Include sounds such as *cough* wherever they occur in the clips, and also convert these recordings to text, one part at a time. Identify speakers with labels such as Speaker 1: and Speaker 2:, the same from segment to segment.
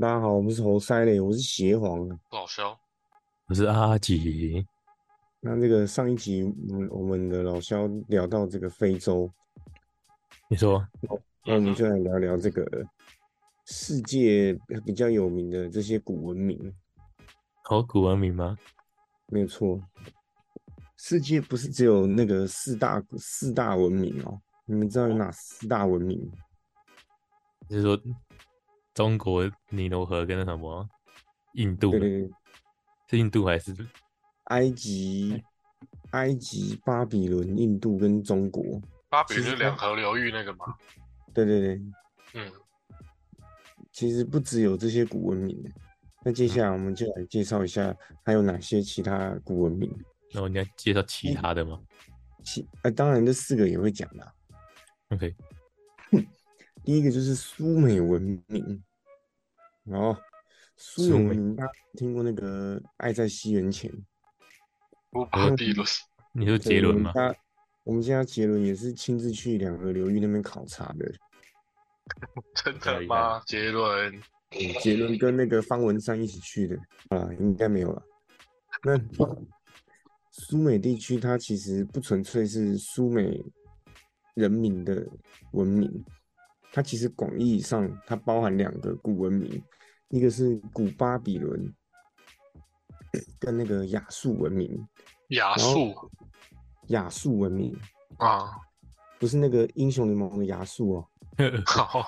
Speaker 1: 大家好，我们是猴塞嘞，我是邪皇。啊
Speaker 2: 老肖，
Speaker 3: 我是阿吉，
Speaker 1: 那这个上一集，嗯，我们的老肖聊到这个非洲，
Speaker 3: 你说
Speaker 1: 那我们
Speaker 2: 嗯哼
Speaker 1: 就来聊聊这个世界比较有名的这些古文明，
Speaker 3: 考古文明吗？
Speaker 1: 没有错。世界不是只有那个四大四大文明哦，你们知道有哪四大文明？
Speaker 3: 你是说中国尼罗河跟那什么印度
Speaker 1: 对？对对，
Speaker 3: 是印度还是
Speaker 1: 埃
Speaker 2: 嗯
Speaker 1: 及、埃及、巴比伦、印度跟中国。
Speaker 2: 巴比伦
Speaker 1: 其
Speaker 2: 就
Speaker 1: 实
Speaker 2: 两
Speaker 1: 它
Speaker 2: 河流域那个嘛。
Speaker 1: 对对对，
Speaker 2: 嗯，
Speaker 1: 其实不只有这些古文明。那接下来我
Speaker 3: 嗯
Speaker 1: 们就来介绍一下还有哪些其他古文明。
Speaker 3: 那我应该介绍其他的吗
Speaker 1: 其呃，当然这四个也会讲啦。
Speaker 3: ？OK，
Speaker 1: 第一个就是苏美文明，哦，苏
Speaker 3: 苏
Speaker 1: 美
Speaker 3: 美
Speaker 1: 文明大家听过那个《爱在西元前》
Speaker 2: 乌巴地伦，
Speaker 3: 你
Speaker 1: 对
Speaker 3: 说
Speaker 1: 嗯
Speaker 3: 杰伦
Speaker 1: 我们
Speaker 3: 吗？
Speaker 1: 家我们家杰伦也是亲自去两河流域那边考察的。
Speaker 2: 真的吗？杰伦，
Speaker 1: 嗯杰伦跟那个方文山一起去的啊，应该没有了。那苏美地区它其实不纯粹是苏美人民的文明，它其实广义上它包含两个古文明，一个是古巴比伦跟那个亚述文明，
Speaker 2: 亚
Speaker 1: 然后
Speaker 2: 述
Speaker 1: 亚述文明
Speaker 2: 啊，
Speaker 1: 不是那个英雄联盟的亚述哦。
Speaker 2: 好，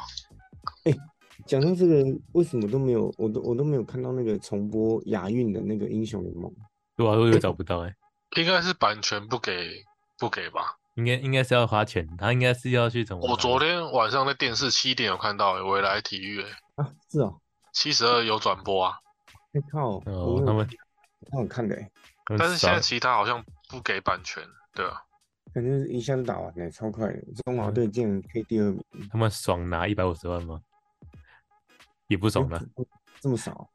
Speaker 1: 讲到这个，为什么都没有，我都我都没有看到那个重播亚运的那个英雄联盟。
Speaker 3: 对啊，我又找不到哎、
Speaker 2: 应该是版权不给不给吧？
Speaker 3: 应该应该是要花钱，他应该是要去怎么拿？
Speaker 2: 我昨天晚上在电视七点有看到、欸，未来体育、欸，
Speaker 1: 啊，是哦，
Speaker 2: 七十二有转播啊，
Speaker 1: 哎、靠，
Speaker 3: 哦
Speaker 1: 我，
Speaker 3: 他们
Speaker 1: 蛮好看的、欸，
Speaker 3: 他们
Speaker 2: 但是现在
Speaker 3: 少
Speaker 2: 其他好像不给版权，对啊，
Speaker 1: 感觉一下就打完了、超快的。中
Speaker 3: 嗯
Speaker 1: 华队竟然可以第二名，
Speaker 3: 他们爽拿一百五十万吗？也不爽
Speaker 1: 哎
Speaker 3: 了，
Speaker 1: 这么少？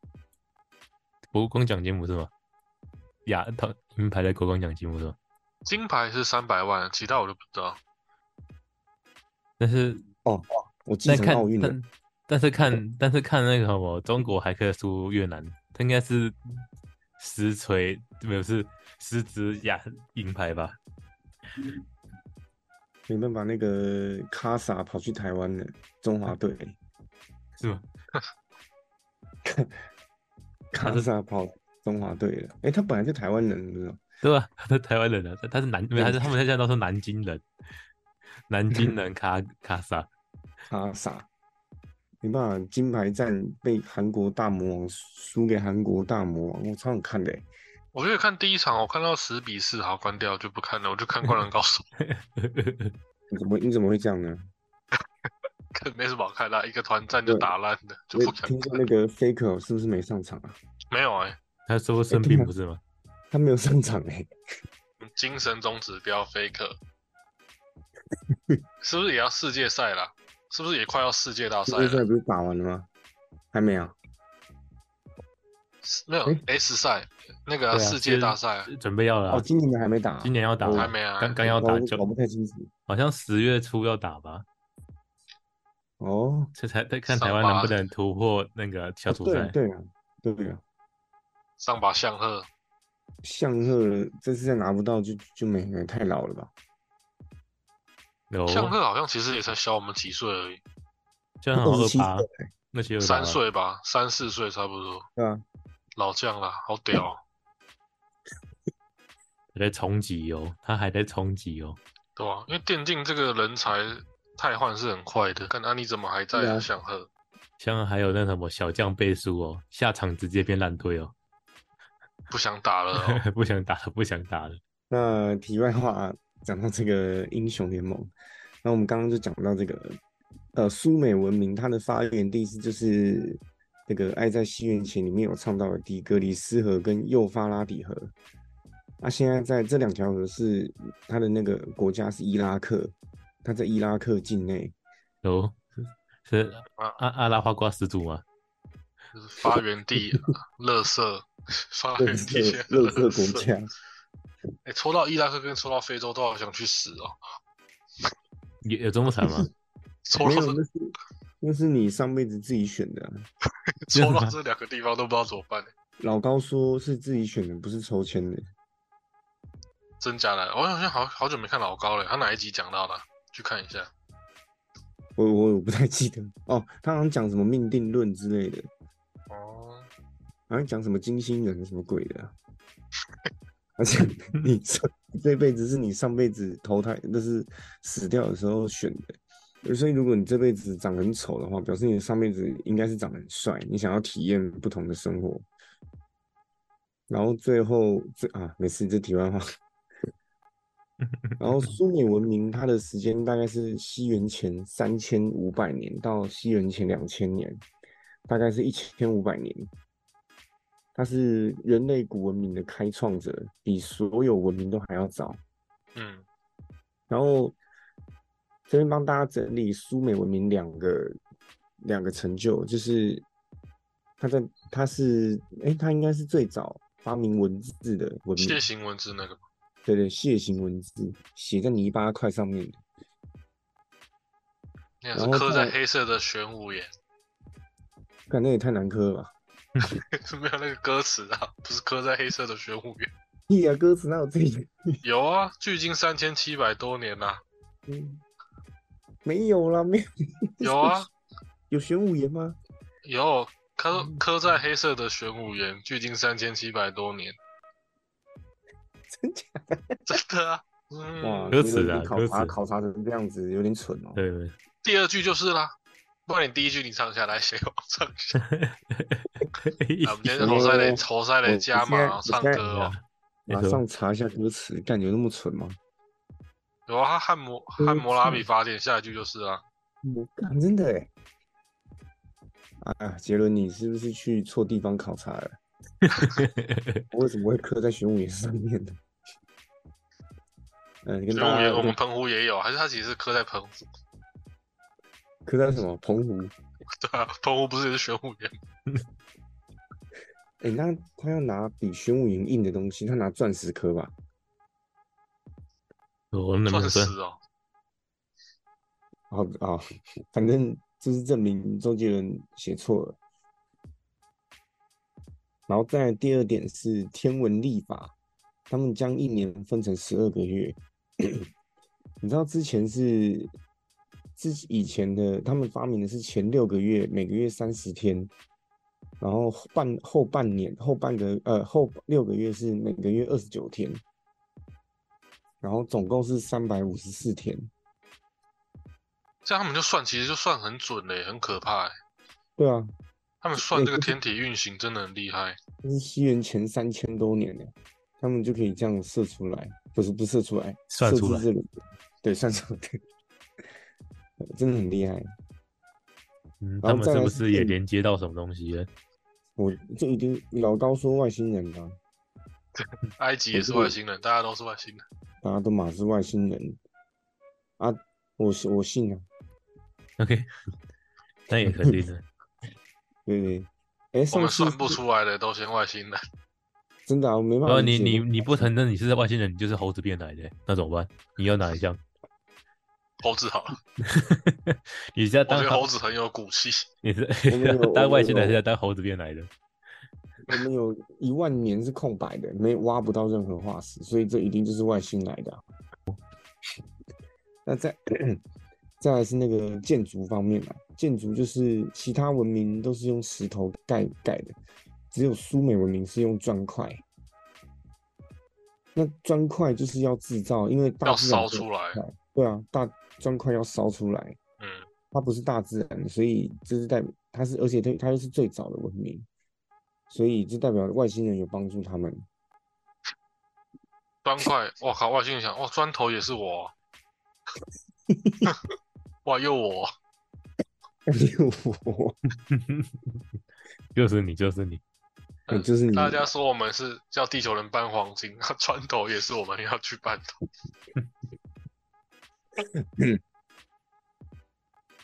Speaker 3: 国光奖金不是吗？亚他银牌的国光奖金不是吗？
Speaker 2: 金牌是三百万，其他我就不知道。
Speaker 3: 但是
Speaker 1: 我继
Speaker 3: 但
Speaker 1: 承
Speaker 3: 看
Speaker 1: 奥运了，
Speaker 3: 但但是看但是看那个什么中国还可以输越南，他应该是实锤没有是实质亚银牌吧？
Speaker 1: 没办法，那个卡萨跑去台湾了，中华
Speaker 3: *laughs*
Speaker 1: 队
Speaker 3: 是吗？
Speaker 1: 卡萨跑中华队了。哎、他本来就台湾人，你知道吗？
Speaker 3: 对吧？ *laughs* 他台湾人啊，他他是南，没有他是他们现在都说南京人，南京人卡卡萨， *laughs*
Speaker 1: 卡萨没办法，金牌战被韩国大魔王输给韩国大魔王，我超想看的、欸。
Speaker 2: 我就看第一场，我看到十比四，好关掉就不看了，我就看《灌篮高手》 *laughs*
Speaker 1: 你怎么你怎么会这样呢？
Speaker 2: 看没什么好看的啊、一个团战就
Speaker 1: 对
Speaker 2: 打烂的，就
Speaker 1: 我也
Speaker 2: 不想
Speaker 1: 听说
Speaker 2: 看。
Speaker 1: 那个 Faker 是不是没上场啊？
Speaker 2: 没有哎、
Speaker 3: 他说生病不是吗？
Speaker 1: 他没有上场哎、
Speaker 2: 精神中指标
Speaker 1: *laughs*
Speaker 2: Faker，是不是也要世界赛啦？是不是也快要世界
Speaker 3: 啊
Speaker 2: 大
Speaker 1: 世
Speaker 2: 赛
Speaker 1: 界赛
Speaker 2: 了？
Speaker 1: 不是打完了吗？还没啊？
Speaker 2: 没有
Speaker 1: 诶
Speaker 2: S 赛，那个啊、
Speaker 3: 对啊
Speaker 2: 世界大赛啊
Speaker 3: 准备要了啊、
Speaker 1: 哦，今年的还没打啊、
Speaker 3: 今年要打
Speaker 1: 哦
Speaker 2: 还没啊，
Speaker 3: 刚刚要
Speaker 1: 我
Speaker 3: 打
Speaker 1: 搞
Speaker 3: 就
Speaker 1: 不太清楚。
Speaker 3: 好像十月初要打吧，
Speaker 1: 哦，
Speaker 3: 这才在看
Speaker 2: 上
Speaker 3: 台湾能
Speaker 2: 八
Speaker 3: 不能突破那个小组
Speaker 1: 对
Speaker 3: 赛。
Speaker 1: 啊对啊对啊，
Speaker 2: 上把相赫，
Speaker 1: 向赫这次再拿不到就就没了，太老了吧？
Speaker 3: 有
Speaker 2: 相赫好像其实也才小我们几岁而已，
Speaker 3: 就
Speaker 1: 他
Speaker 3: 好
Speaker 1: 二
Speaker 3: 二
Speaker 1: 十七岁
Speaker 3: 八，
Speaker 1: 欸，
Speaker 3: 那些
Speaker 2: 三岁吧，三四岁差不多，
Speaker 1: 对啊，
Speaker 2: 老将啦，好屌
Speaker 3: *laughs*
Speaker 2: 哦，
Speaker 3: 还在冲击哦，他还在冲击哦。
Speaker 2: 对吧、因为电竞这个人才汰换是很快的，看安妮怎么还在
Speaker 1: 对啊
Speaker 2: 啊，相赫，
Speaker 3: 像还有那什么小将背书哦，下场直接变烂队哦， *laughs*
Speaker 2: 不想打了、
Speaker 1: *laughs*
Speaker 2: 哦，
Speaker 3: 不想打了，不想打了。
Speaker 1: 那题外话，讲到这个英雄联盟，那我们刚刚就讲到这个，呃，苏美文明它的发源地是就是那个《爱在西元前》里面有唱到的底格里斯河跟幼发拉底河。那、现在在这两条河是它的那个国家是伊拉克，它在伊拉克境内。
Speaker 3: 哦，是是
Speaker 2: 啊
Speaker 3: 阿阿拉花瓜始祖吗？
Speaker 2: 就是发源地，乐色， *laughs* 发
Speaker 1: 乐
Speaker 2: 源
Speaker 1: 色
Speaker 2: 地现在是
Speaker 1: 乐色
Speaker 2: 垃
Speaker 1: 国
Speaker 2: 圾
Speaker 1: 家，
Speaker 2: 哎、抽到伊拉克跟抽到非洲都好想去死哦！
Speaker 3: 有有这么惨吗？ *laughs*
Speaker 2: 抽
Speaker 1: 没
Speaker 2: 到
Speaker 1: 有，那是那是你上辈子自己选的啊、
Speaker 2: 抽到这两个地方都不知道怎么办、欸
Speaker 1: 老高说是自己选的，不是抽签的。
Speaker 2: 真假的？我好像好好久没看老高了，他哪一集讲到的啊？去看一下。
Speaker 1: 我我我不太记得哦，他好像讲什么命定论之类的，
Speaker 2: 哦，
Speaker 1: 好像讲什么金星人什么鬼的啊、而且你这你这辈子是你上辈子投胎，那是死掉的时候选的。所以如果你这辈子长得很丑的话，表示你上辈子应该是长得很帅，你想要体验不同的生活。然后最后最啊，没事，这题外话。然后苏美文明它的时间大概是西元前三千五百年到西元前两千年，大概是一千五百年。它是人类古文明的开创者，比所有文明都还要早。
Speaker 2: 嗯，
Speaker 1: 然后这边帮大家整理苏美文明两个两个成就，就是它在它是哎，它应该是最早发明文字的文明。
Speaker 2: 楔形文字那个吗
Speaker 1: 对对，楔形文字写在泥巴块上面的。
Speaker 2: 那个是
Speaker 1: 然后
Speaker 2: 刻在
Speaker 1: 再
Speaker 2: 黑色的玄武岩，
Speaker 1: 看那也太难磕了吧？
Speaker 2: *laughs* 没有那个歌词啊，不是刻在黑色的玄武岩。
Speaker 1: 屁啊，歌词哪有这个？
Speaker 2: 有啊，距今三千七百多年啦、
Speaker 1: 嗯没有啦，没有。
Speaker 2: 有啊，
Speaker 1: 有玄武岩吗？
Speaker 2: 有刻刻在黑色的玄武岩，距今三千七百多年， *laughs*
Speaker 1: 真假？
Speaker 2: 真的啊。嗯，
Speaker 1: 哇，
Speaker 3: 歌
Speaker 1: 这个
Speaker 3: 词
Speaker 1: 你
Speaker 3: 啊
Speaker 1: 考
Speaker 3: 歌
Speaker 1: 察
Speaker 3: 词
Speaker 1: 考察成这样子，有点蠢哦。
Speaker 3: 对对，
Speaker 2: 第二句就是啦。不然你第一句你唱一下来，谁我 *laughs* 唱一下？
Speaker 3: *laughs*
Speaker 2: 啊，我们今天侯赛雷侯赛雷加码
Speaker 1: 我
Speaker 2: 啊
Speaker 1: 我现
Speaker 2: 唱
Speaker 1: 在
Speaker 2: 歌哦。
Speaker 3: 没
Speaker 1: 马
Speaker 3: 错
Speaker 1: 上查一下歌词，干有那么蠢吗？
Speaker 2: 有啊，他汉摩汉摩拉比法典下一句就是啊，
Speaker 1: 我干，真的哎。啊，杰伦，你是不是去错地方考察了？我为什么会刻在玄武岩上面呢？嗯，跟
Speaker 2: 玄
Speaker 1: 大
Speaker 2: 武岩我们
Speaker 1: 家
Speaker 2: 澎湖也有，啊还是他其实是刻在澎湖？ *laughs*
Speaker 1: 刻在什么澎湖？
Speaker 2: 对啊，澎湖不是也是玄武岩？
Speaker 1: 哎、那他要拿比玄武岩硬的东西，他拿钻石颗吧？
Speaker 3: *laughs* 我们能
Speaker 2: 钻
Speaker 3: 不能
Speaker 2: 石
Speaker 3: 算？
Speaker 2: 哦，
Speaker 1: 好啊、哦，反正就是证明周杰伦写错了。然后再来第二点是天文历法，他们将一年分成十二个月。 *coughs* 你知道之前是，之以前的他们发明的是前六个月，每个月三十天，然后半后半年后半个呃后六个月是每个月二十九天，然后总共是三百五十四天。
Speaker 2: 这样他们就算其实就算很准嘞，很可怕欸。
Speaker 1: 对啊，
Speaker 2: 他们算
Speaker 1: 对
Speaker 2: 这个
Speaker 1: 就是
Speaker 2: 天体运行真的很厉害。
Speaker 1: 这是西元前三千多年呢，他们就可以这样射出来，不是不是射出来，
Speaker 3: 算
Speaker 1: 射
Speaker 3: 出
Speaker 1: 至
Speaker 3: 来
Speaker 1: 这里，对，算出来， *laughs* 真的很厉害。
Speaker 3: 嗯，
Speaker 1: 然
Speaker 3: 他
Speaker 1: 后
Speaker 3: 们
Speaker 1: 再
Speaker 3: 是
Speaker 1: 来
Speaker 3: 不
Speaker 1: 是
Speaker 3: 是也
Speaker 1: 电
Speaker 3: 连接到什么东西了？
Speaker 1: 我这一定老高说外星人啊，
Speaker 2: 埃及也是外星人，大家都是外星人。
Speaker 1: 大家都马是外星人啊，我信我信啊，
Speaker 3: OK，那也肯
Speaker 1: *laughs*
Speaker 3: 定的。
Speaker 1: 对不对？哎，
Speaker 2: 我
Speaker 1: 上
Speaker 2: 们
Speaker 1: 次
Speaker 2: 算不
Speaker 1: 是
Speaker 2: 出来的都先外星人，
Speaker 1: 真的啊，我没办
Speaker 3: 然
Speaker 1: 法
Speaker 3: 后
Speaker 1: 理
Speaker 3: 呃
Speaker 1: 解。
Speaker 3: 你你你不承认你是外星人，你就是猴子变来的，那怎么办？你要哪一项？
Speaker 2: 猴子
Speaker 1: *laughs*
Speaker 2: 好了，
Speaker 3: 你是要
Speaker 2: 我
Speaker 3: 当
Speaker 2: 觉得
Speaker 3: 好
Speaker 2: 猴子很有骨气。
Speaker 3: 你是
Speaker 1: 我们有
Speaker 3: *laughs* 当
Speaker 1: 我
Speaker 3: 外
Speaker 1: 们
Speaker 3: 星人还是
Speaker 1: 有
Speaker 3: 要当猴子变来的？
Speaker 1: 我们有一万年是空白的，没挖不到任何化石，所以这一定就是外星来的啊、那再 *clears throat* 再来是那个建筑方面啊，建筑就是其他文明都是用石头盖盖的，只有苏美文明是用砖块。那砖块就是要制造，因为大
Speaker 2: 要
Speaker 1: 自然
Speaker 2: 烧
Speaker 1: 只有
Speaker 2: 出来
Speaker 1: 砖块，对啊，大砖块要烧出来，
Speaker 2: 嗯，
Speaker 1: 它不是大自然，所以这是代表它是，而且它它又是最早的文明，所以就代表外星人有帮助他们。 *laughs*
Speaker 2: 砖块，我靠，外星人想，哇，砖头也是我
Speaker 1: *laughs*
Speaker 2: 哦，哇，又我哦，
Speaker 1: 六我，
Speaker 3: *laughs* 就是你，就是你，
Speaker 1: 哎就是你
Speaker 2: 嗯大家说我们是叫地球人搬黄金， *laughs* 那砖头也是我们要去搬的。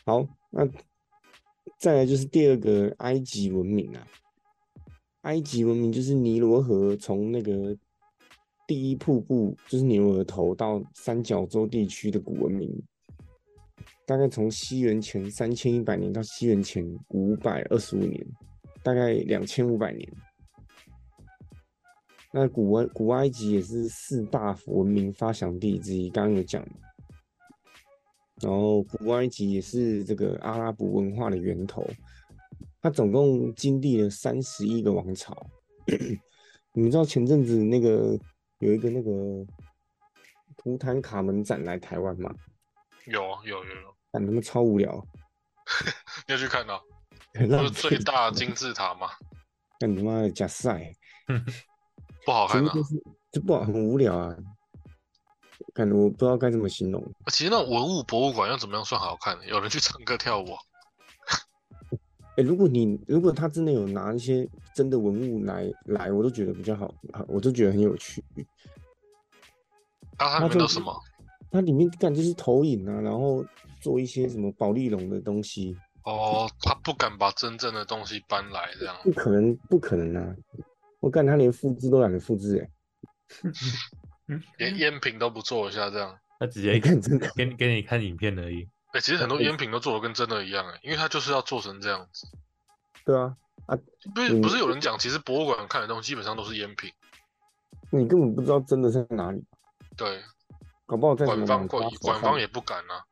Speaker 1: 好，那再来就是第二个埃及文明啊，埃及文明就是尼罗河从那个第一瀑布，就是尼罗河头到三角洲地区的古文明，大概从西元前三千一百年到西元前五百二十五年，大概两千五百年。那古埃古埃及也是四大文明发祥地之一，刚刚有讲嘛。然后古埃及也是这个阿拉伯文化的源头，它总共经历了三十一个王朝。 *clears throat* 你们知道前阵子那个有一个那个图坦卡门展来台湾吗？
Speaker 2: 有啊有有有，
Speaker 1: 但他妈超无聊，
Speaker 2: 你要去看到，
Speaker 1: 很
Speaker 2: 不是
Speaker 1: 浪费
Speaker 2: 最。大金字塔吗？
Speaker 1: 干你妈的假赛，
Speaker 2: 不好
Speaker 1: 全
Speaker 2: 看
Speaker 1: 部
Speaker 2: 啊！
Speaker 1: 都是这不好很无聊啊。感我不知道该怎么形容，
Speaker 2: 其实那种文物博物馆要怎么样算好看？有人去唱歌跳舞啊，
Speaker 1: 哎、如果你如果他真的有拿一些真的文物来来，我都觉得比较好，好我都觉得很有趣。
Speaker 2: 然后它
Speaker 1: 那
Speaker 2: 里面都
Speaker 1: 就
Speaker 2: 什么？
Speaker 1: 它里面干就是投影啊，然后做一些什么保利龙的东西，
Speaker 2: 哦，他不敢把真正的东西搬来，这样
Speaker 1: 不可能，不可能啊！我干，他连复制都懒得复制、欸，
Speaker 2: 连烟品都不做一下，这样。
Speaker 3: 他直
Speaker 1: 哎，
Speaker 3: 接
Speaker 1: 看真的， *laughs*
Speaker 3: 给你给你看影片而已。
Speaker 2: 哎、其实很多
Speaker 1: 嗯
Speaker 2: 烟品都做的跟真的一样、哎，因为他就是要做成这样子。
Speaker 1: 对啊，
Speaker 2: 不是
Speaker 1: 嗯
Speaker 2: 不是有人讲，其实博物馆看的东西基本上都是烟品，
Speaker 1: 你根本不知道真的在哪里，
Speaker 2: 对，
Speaker 1: 搞不好在什
Speaker 2: 馆
Speaker 1: 么
Speaker 2: 方
Speaker 1: 网
Speaker 2: 馆
Speaker 1: 咖手
Speaker 2: 馆
Speaker 1: 上
Speaker 2: 方也不敢啊。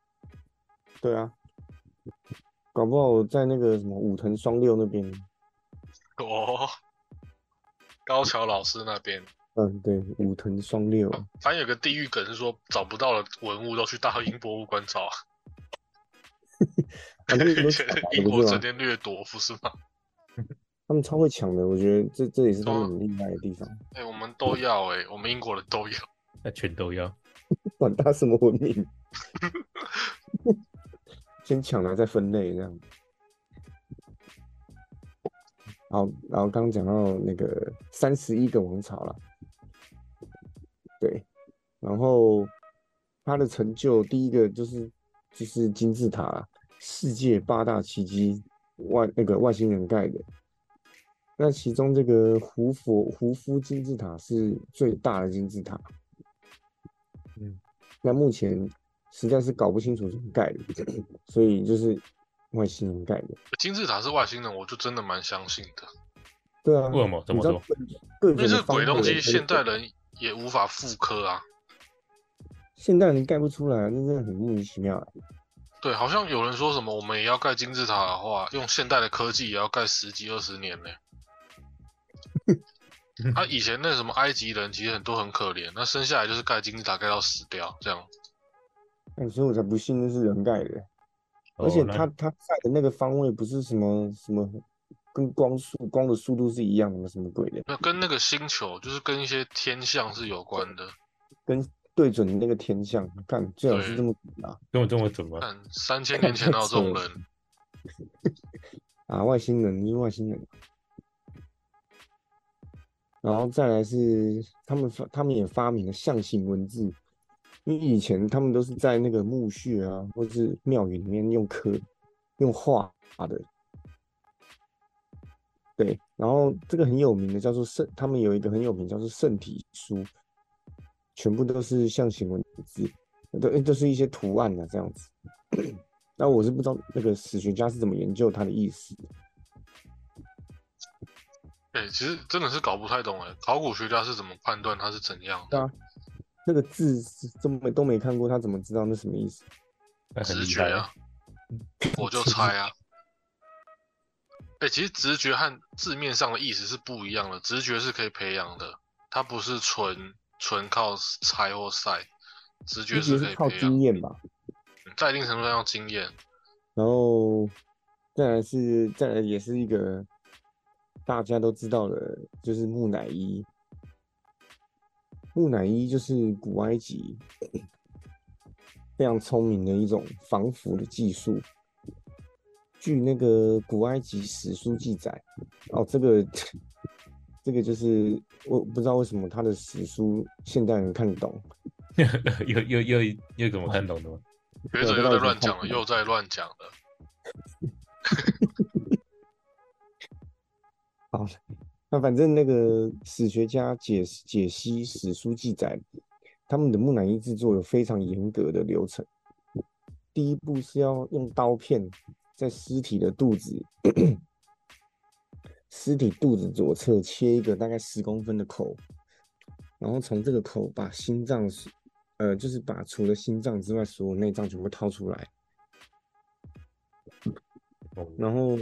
Speaker 1: 对啊，搞不好在那个什么武藤双六那边，
Speaker 2: 哦，高桥老师那边，
Speaker 1: 嗯，对，武藤双六，
Speaker 2: 反正有个地狱梗是说找不到的文物都去大英博物馆找啊，
Speaker 1: 反正
Speaker 2: *laughs*
Speaker 1: 都
Speaker 2: 以
Speaker 1: 抢
Speaker 2: 前
Speaker 1: 来
Speaker 2: 英
Speaker 1: 的，
Speaker 2: 国
Speaker 1: 哎不是
Speaker 2: 整
Speaker 1: 吗？
Speaker 2: 天掠夺，不是吗？
Speaker 1: 他们超会抢的，我觉得这这也是他们
Speaker 2: 哦
Speaker 1: 很厉害的地方。
Speaker 2: 哎、我们都要哎、我们英国人都要。
Speaker 3: 那全都要。
Speaker 1: 管他什么文明， *laughs* 先抢来再分类这样。好，然后刚刚讲到那个三十一个王朝了，对，然后他的成就第一个就是就是金字塔啦，世界八大奇迹外那个外星人盖的，那其中这个胡佛胡夫金字塔是最大的金字塔，那目前实在是搞不清楚怎么盖的，所以就是外星人盖的。
Speaker 2: 金字塔是外星人，我就真的蛮相信的，
Speaker 1: 对啊，
Speaker 3: 为什么？怎
Speaker 1: 你
Speaker 3: 么
Speaker 1: 知道
Speaker 3: 说？
Speaker 1: 各各种
Speaker 2: 因为这
Speaker 1: 的
Speaker 2: 个
Speaker 1: 方
Speaker 2: 鬼
Speaker 1: 位
Speaker 2: 东西
Speaker 1: 跟
Speaker 2: 现代人也无法复刻啊。
Speaker 1: 现代人盖不出来，啊那真的很莫名其妙欸。
Speaker 2: 对，好像有人说什么，我们也要盖金字塔的话，用现代的科技也要盖十几二十年呢、他、以前那什么埃及人，其实很多很可怜，那生下来就是盖金字塔盖到死掉这样。
Speaker 1: 哎，所以我才不信那是人盖的。
Speaker 3: 哦
Speaker 1: 而且
Speaker 3: 那
Speaker 1: 他他盖的那个方位不是什么什么，跟光速光的速度是一样的吗？什么鬼的？
Speaker 2: 那跟那个星球，就是跟一些天象是有关的。
Speaker 1: 跟对准那个天象，看最好是
Speaker 2: 对
Speaker 1: 这么准啊！
Speaker 3: 跟我这么准吗？
Speaker 2: 看三千年前哪有这种人？
Speaker 1: 啊，外星人就是外星人。然后再来是他们发，他们也发明了象形文字，因为以前他们都是在那个墓穴啊，或是庙宇里面用刻、用画的。对，然后这个很有名的叫做圣，他们有一个很有名叫做圣体书，全部都是象形文字，都都是一些图案啊这样子。 *coughs* 那我是不知道那个史学家是怎么研究它的意思的。
Speaker 2: 哎、其实真的是搞不太懂哎、考古学家是怎么判断它是怎样的？
Speaker 1: 对啊那个字是都没都没看过，他怎么知道那什么意思？
Speaker 3: 那很
Speaker 2: 直
Speaker 3: 厉
Speaker 2: 觉
Speaker 3: 害
Speaker 2: 啊，我
Speaker 1: *laughs*
Speaker 2: 就猜啊。哎、其实直觉和字面上的意思是不一样的，直觉是可以培养的，它不是纯纯靠猜或赛，直觉
Speaker 1: 直觉是
Speaker 2: 是可以
Speaker 1: 靠
Speaker 2: 培
Speaker 1: 经
Speaker 2: 养，
Speaker 1: 验吧。
Speaker 2: 在一定程度上要经验。
Speaker 1: 然后再来是再来也是一个大家都知道的，就是木乃伊。木乃伊就是古埃及非常聪明的一种防腐的技术。据那个古埃及史书记载，哦，这个这个就是我不知道为什么他的史书现代人看得懂，
Speaker 3: *laughs* 又又又又怎么看懂的吗？
Speaker 2: 学者
Speaker 1: 对我知
Speaker 2: 又在
Speaker 1: 道
Speaker 2: 乱
Speaker 1: 你在
Speaker 2: 讲
Speaker 1: 看什
Speaker 2: 了，
Speaker 1: 么
Speaker 2: 又在乱讲了。
Speaker 1: 那反正那个史学家解释解析史书记载，他们的木乃伊制作有非常严格的流程，第一步是要用刀片在尸体的肚子，尸体肚子左侧切一个大概十公分的口，然后从这个口把心脏是，呃，就是把除了心脏之外所有内脏全部掏出来，然后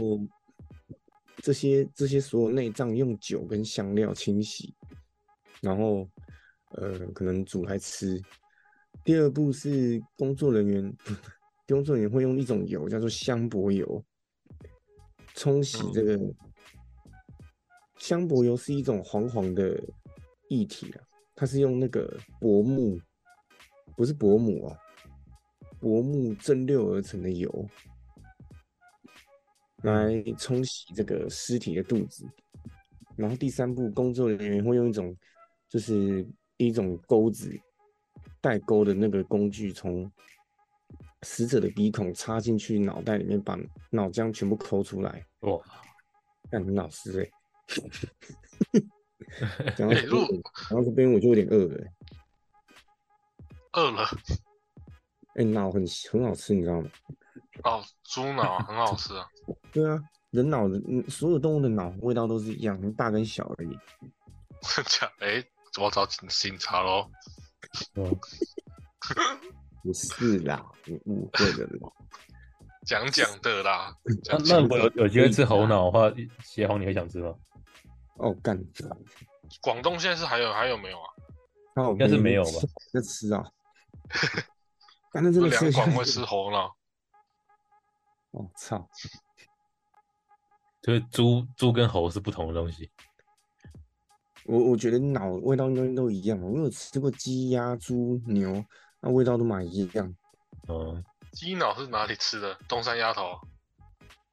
Speaker 1: 这些这些所有内脏用酒跟香料清洗，然后呃，可能煮来吃。第二步是工作人员， *laughs* 工作人员会用一种油叫做香柏油，冲洗这个。香柏油是一种黄黄的液体啊，它是用那个薄木，不是薄母哦，薄木蒸馏而成的油，来冲洗这个尸体的肚子。然后第三步，工作人员会用一种，就是一种钩子，带钩的那个工具，从死者的鼻孔插进去脑袋里面，把脑浆全部抠出来。
Speaker 3: 哇，
Speaker 2: 哦
Speaker 1: 干很老师哎、欸， *laughs* 讲到
Speaker 2: 哎
Speaker 1: 这
Speaker 2: 如果
Speaker 1: 边，然后这边我就有点饿了欸、
Speaker 2: 饿了
Speaker 1: 哎、脑很很好吃，你知道吗？
Speaker 2: 哦，猪脑很好吃啊，
Speaker 1: 对啊，人脑的，嗯，所有动物的脑味道都是一样，大跟小而已。
Speaker 2: 真假？哎，我找警警察喽。
Speaker 1: 不是啦，你误会了啦。
Speaker 2: 讲讲的啦，
Speaker 3: 那
Speaker 1: *laughs*
Speaker 2: 讲
Speaker 3: 那
Speaker 2: 讲
Speaker 3: 如果有有机会吃猴脑的话，血红你会想吃吗？
Speaker 1: 哦，干，
Speaker 2: 广东现在是还有还有没有啊？
Speaker 1: 那我
Speaker 3: 应该是没有吧？
Speaker 1: *laughs* 在吃
Speaker 2: *laughs*
Speaker 1: 啊，干，那真
Speaker 2: 就
Speaker 1: 的吃得
Speaker 2: 两
Speaker 1: 下
Speaker 2: 广
Speaker 1: 去
Speaker 2: 会吃猴脑，
Speaker 1: 哦，操！
Speaker 3: 就是猪猪跟猴是不同的东西。
Speaker 1: 我我觉得脑味道应该都一样吧，我有吃过鸡、鸭、猪、牛，那味道都蛮一样
Speaker 3: 嗯，
Speaker 2: 鸡脑是哪里吃的？东山鸭头，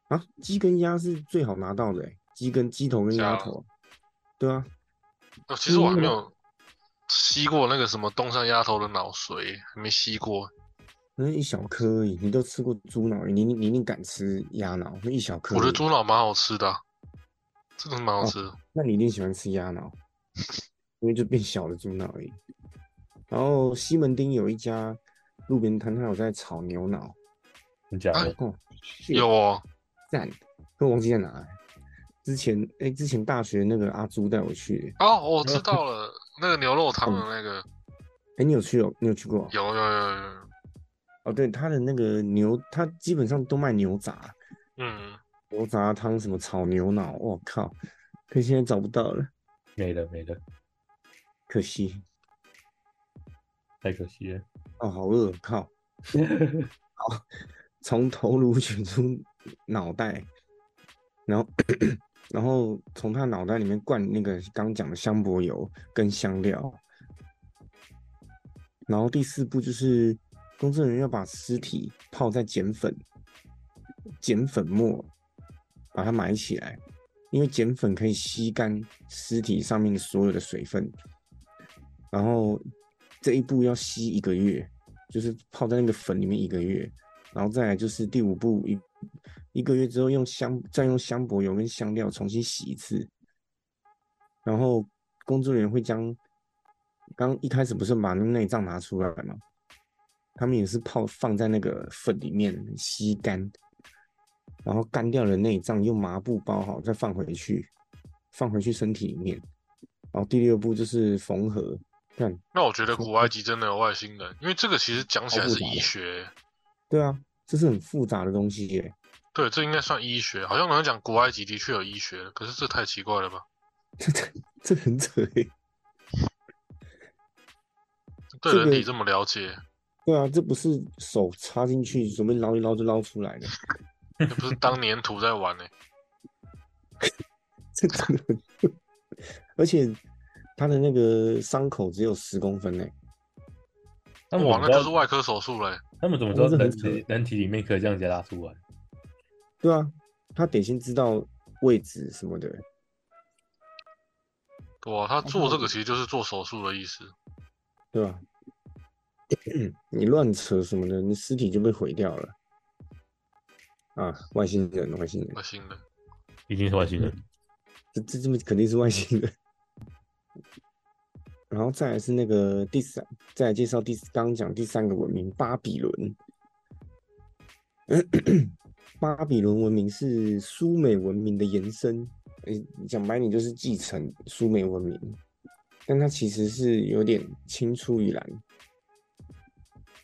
Speaker 1: 啊。鸡跟鸭是最好拿到的、欸，鸡跟鸡头跟鸭
Speaker 2: 是啊
Speaker 1: 头，对啊，
Speaker 2: 哦，其实我还没有吸过那个什么东山鸭头的脑髓，还没吸过。
Speaker 1: 那一小颗而已。你都吃过猪脑，你你你一定敢吃鸭脑？那一小颗，
Speaker 2: 我觉得，猪脑蛮好吃的啊、真的蛮好吃的。
Speaker 1: 那你一定喜欢吃鸭脑， *laughs* 因为就变小的猪脑而已。然后西门町有一家路边摊，它有在炒牛脑，
Speaker 3: 你假的
Speaker 2: 哎
Speaker 1: 哦，是
Speaker 2: 有哦，
Speaker 1: 赞，可我忘记在哪了。之前哎、之前大学那个阿朱带我去的、
Speaker 2: 哦，我知道了，那个牛肉汤的那个，
Speaker 1: 哎、你有去哦？你有去过哦？
Speaker 2: 有有有有有，
Speaker 1: 哦，对，他的那个牛，他基本上都卖牛杂、
Speaker 2: 嗯，
Speaker 1: 牛杂汤，什么炒牛脑，我靠！可现在找不到了，
Speaker 3: 没了没了，
Speaker 1: 可惜。
Speaker 3: 太可惜了。
Speaker 1: 哦，好饿，靠！好，从头颅取出脑袋，然后然后从他脑袋里面灌那个刚讲的香柏油跟香料，然后第四步就是工作人员要把尸体泡在碱粉、碱粉末，把它埋起来，因为碱粉可以吸干尸体上面的所有的水分。然后这一步要吸一个月，就是泡在那个粉里面一个月，然后再来就是第五步一一个月之后用香再用香柏油跟香料重新洗一次，然后工作人员会将刚一开始不是把那内脏拿出来吗？他们也是泡放在那个粉里面吸干，然后干掉了内脏用麻布包好，再放回去，放回去身体里面。然后第六步就是缝合，看，
Speaker 2: 那我觉得古埃及真的有外星人，因为这个其实讲起来是医学，
Speaker 1: 对啊，这是很复杂的东西耶。
Speaker 2: 对，这应该算医学。好像有人讲古埃及的确有医学，可是这太奇怪了吧？
Speaker 1: 这这这很扯欸耶。
Speaker 2: 对
Speaker 1: 这个
Speaker 2: 人体这么了解，
Speaker 1: 对啊，这不是手插进去随便捞一捞就捞出来的，
Speaker 2: 那不是当粘土在玩呢、
Speaker 1: 这真的很，而且他的那个伤口只有十公分欸呢。
Speaker 3: 那我
Speaker 2: 哇，
Speaker 3: 们
Speaker 2: 那就
Speaker 3: 知
Speaker 2: 是
Speaker 3: 道，
Speaker 2: 外科手术嘞。
Speaker 3: 他们怎么知道
Speaker 1: 那是
Speaker 3: 人
Speaker 1: 很扯
Speaker 3: 体人体里面可以这样子拉出来？
Speaker 1: 对啊，他得先知道位置什么的。
Speaker 2: 哇，啊他做
Speaker 1: 哦
Speaker 2: 这个其实就是做手术的意思。
Speaker 1: 对吧？ *coughs* 你乱扯什么的，你尸体就被毁掉了。啊，外星人，外星人，
Speaker 2: 外星人，
Speaker 3: 一定是外星
Speaker 1: 嗯
Speaker 3: 人。
Speaker 1: 这这这么肯定是外星人。然后再来是那个第三，再来介绍第刚刚讲第三个文明巴比伦。 *coughs* 巴比伦文明是苏美文明的延伸，诶，讲白你就是继承苏美文明，但它其实是有点青出于蓝，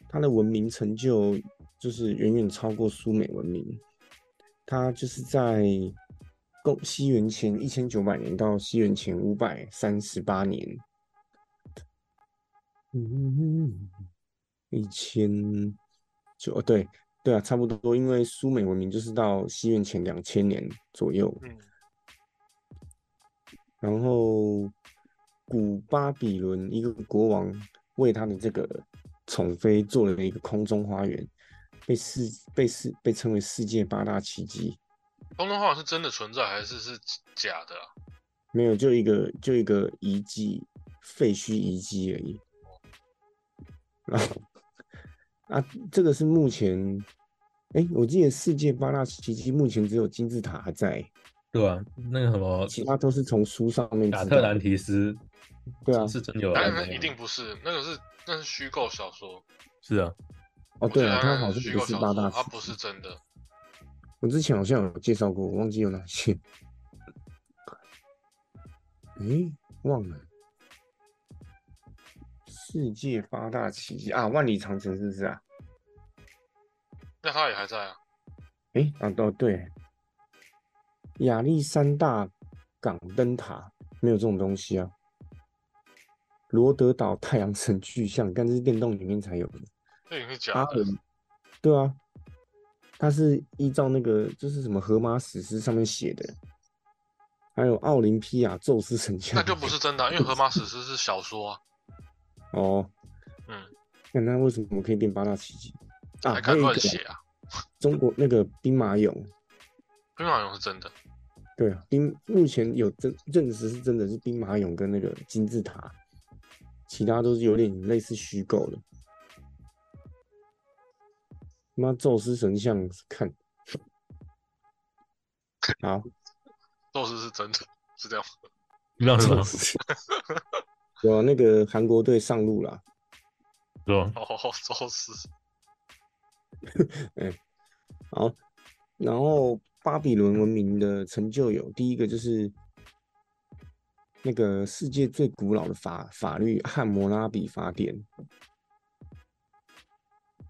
Speaker 1: 它的文明成就就是远远超过苏美文明，它就是在公西元前一千九百年到西元前五百三十八年，嗯，一千九哦对对啊，差不多，因为苏美文明就是到西元前两千年左右，
Speaker 2: 嗯，
Speaker 1: 然后古巴比伦一个国王为他的这个宠妃做了一个空中花园，被世被世被称为世界八大奇迹。
Speaker 2: 空中花园是真的存在还是是假的啊？
Speaker 1: 没有，就一个就一个遗迹，废墟遗迹而已。然后啊，这个是目前，哎，我记得世界八大奇迹目前只有金字塔还在，
Speaker 3: 对吧、那个什么
Speaker 1: 其他都是从书上面
Speaker 3: 亚
Speaker 1: 知
Speaker 3: 特
Speaker 1: 道
Speaker 3: 兰
Speaker 1: 的
Speaker 3: 提斯，
Speaker 1: 对啊
Speaker 3: 是真有
Speaker 2: 那
Speaker 3: 啊，
Speaker 2: 那一定不是，那个是那是虚构小说。
Speaker 3: 是啊，
Speaker 1: 哦，对啊，
Speaker 2: 它
Speaker 1: 它好像
Speaker 2: 呃虚
Speaker 1: 不
Speaker 2: 构
Speaker 1: 是
Speaker 2: 小
Speaker 1: 八大
Speaker 2: 说，
Speaker 1: 奇
Speaker 2: 它
Speaker 1: 迹
Speaker 2: 不是真的。
Speaker 1: 我之前好像有介绍过，我忘记有哪些。诶，忘了。世界八大奇迹啊，万里长城是不是啊？
Speaker 2: 那它也还在啊。
Speaker 1: 诶，啊，哦，对，亚历山大港灯塔没有这种东西啊。罗德岛太阳神巨像，但是电动里面才有的。
Speaker 2: 那也是假
Speaker 1: 阿
Speaker 2: 的，
Speaker 1: 伦，对啊，他是依照那个就是什么荷马史诗上面写的，还有奥林匹亚宙斯神像，
Speaker 2: 那就不是真的啊、因为《荷马史诗》是小说啊。
Speaker 1: 哦。
Speaker 2: 嗯，
Speaker 1: 那他为什么可以变八大奇迹啊？
Speaker 2: 还
Speaker 1: 还
Speaker 2: 敢
Speaker 1: 有一
Speaker 2: 乱
Speaker 1: 个
Speaker 2: 写啊？
Speaker 1: 中国那个兵马俑，
Speaker 2: 兵马俑是真的，
Speaker 1: 对啊，兵目前有真证实是真的是兵马俑跟那个金字塔，其他都是有点类似虚构的。妈，宙斯神像看，好。 *laughs*
Speaker 2: 宙斯是真的，是这样。
Speaker 3: 你知道什
Speaker 1: 这
Speaker 3: 么
Speaker 1: 种？事有啊那个韩国队上路啦，
Speaker 3: 是吧？
Speaker 2: 哦，宙斯，
Speaker 1: 好，然后巴比伦文明的成就有第一个就是那个世界最古老的法法律《汉谟拉比法典》。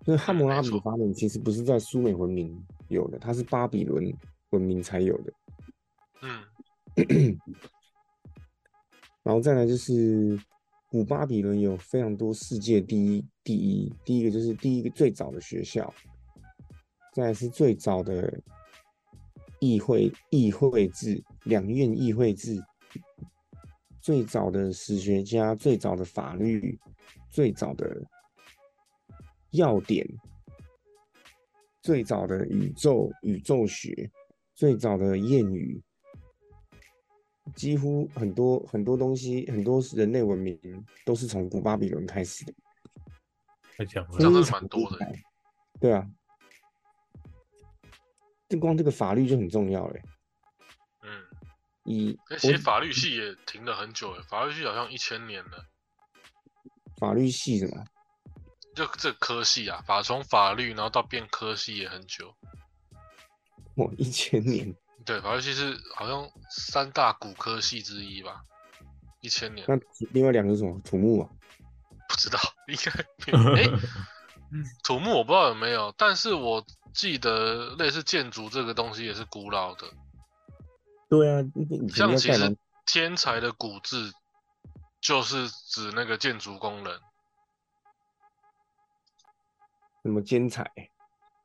Speaker 1: 那《汉谟拉比法典》其实不是在苏美文明有的，它是巴比伦文明才有的。
Speaker 2: 嗯，
Speaker 1: 然后再来就是古巴比伦有非常多世界第一，第一第一个就是第一个最早的学校，再来是最早的议会议会制，两院议会制，最早的史学家，最早的法律，最早的要点，最早的宇宙宇宙学，最早的谚语，几乎很多很多东西，很多人类文明都是从古巴比伦开始的，
Speaker 3: 太强
Speaker 2: 这样
Speaker 3: 了
Speaker 2: 真
Speaker 1: 非
Speaker 2: 的
Speaker 1: 常
Speaker 2: 蛮多的
Speaker 1: 厉害。对啊，这光这个法律就很重要了。
Speaker 2: 嗯，
Speaker 1: 以我
Speaker 2: 哎、其实法律系也停了很久，哎，法律系好像一千年了。
Speaker 1: 法律系的嘛， *laughs*
Speaker 2: 就这科系啊，法从法律，然后到变科系也很久。
Speaker 1: 哇，一千年，
Speaker 2: 对，法律系是好像三大骨科系之一吧，一千年
Speaker 1: 那其另外两个是什么？土木啊？
Speaker 2: 不知道，应该没有。哎、
Speaker 1: *laughs*
Speaker 2: 土木我不知道有没有，但是我记得类似建筑这个东西也是古老的，
Speaker 1: 对啊，那以前
Speaker 2: 像
Speaker 1: 要
Speaker 2: 其
Speaker 1: 盖
Speaker 2: 实
Speaker 1: 完，
Speaker 2: 天才的古字就是指那个建筑工人，
Speaker 1: 什么尖材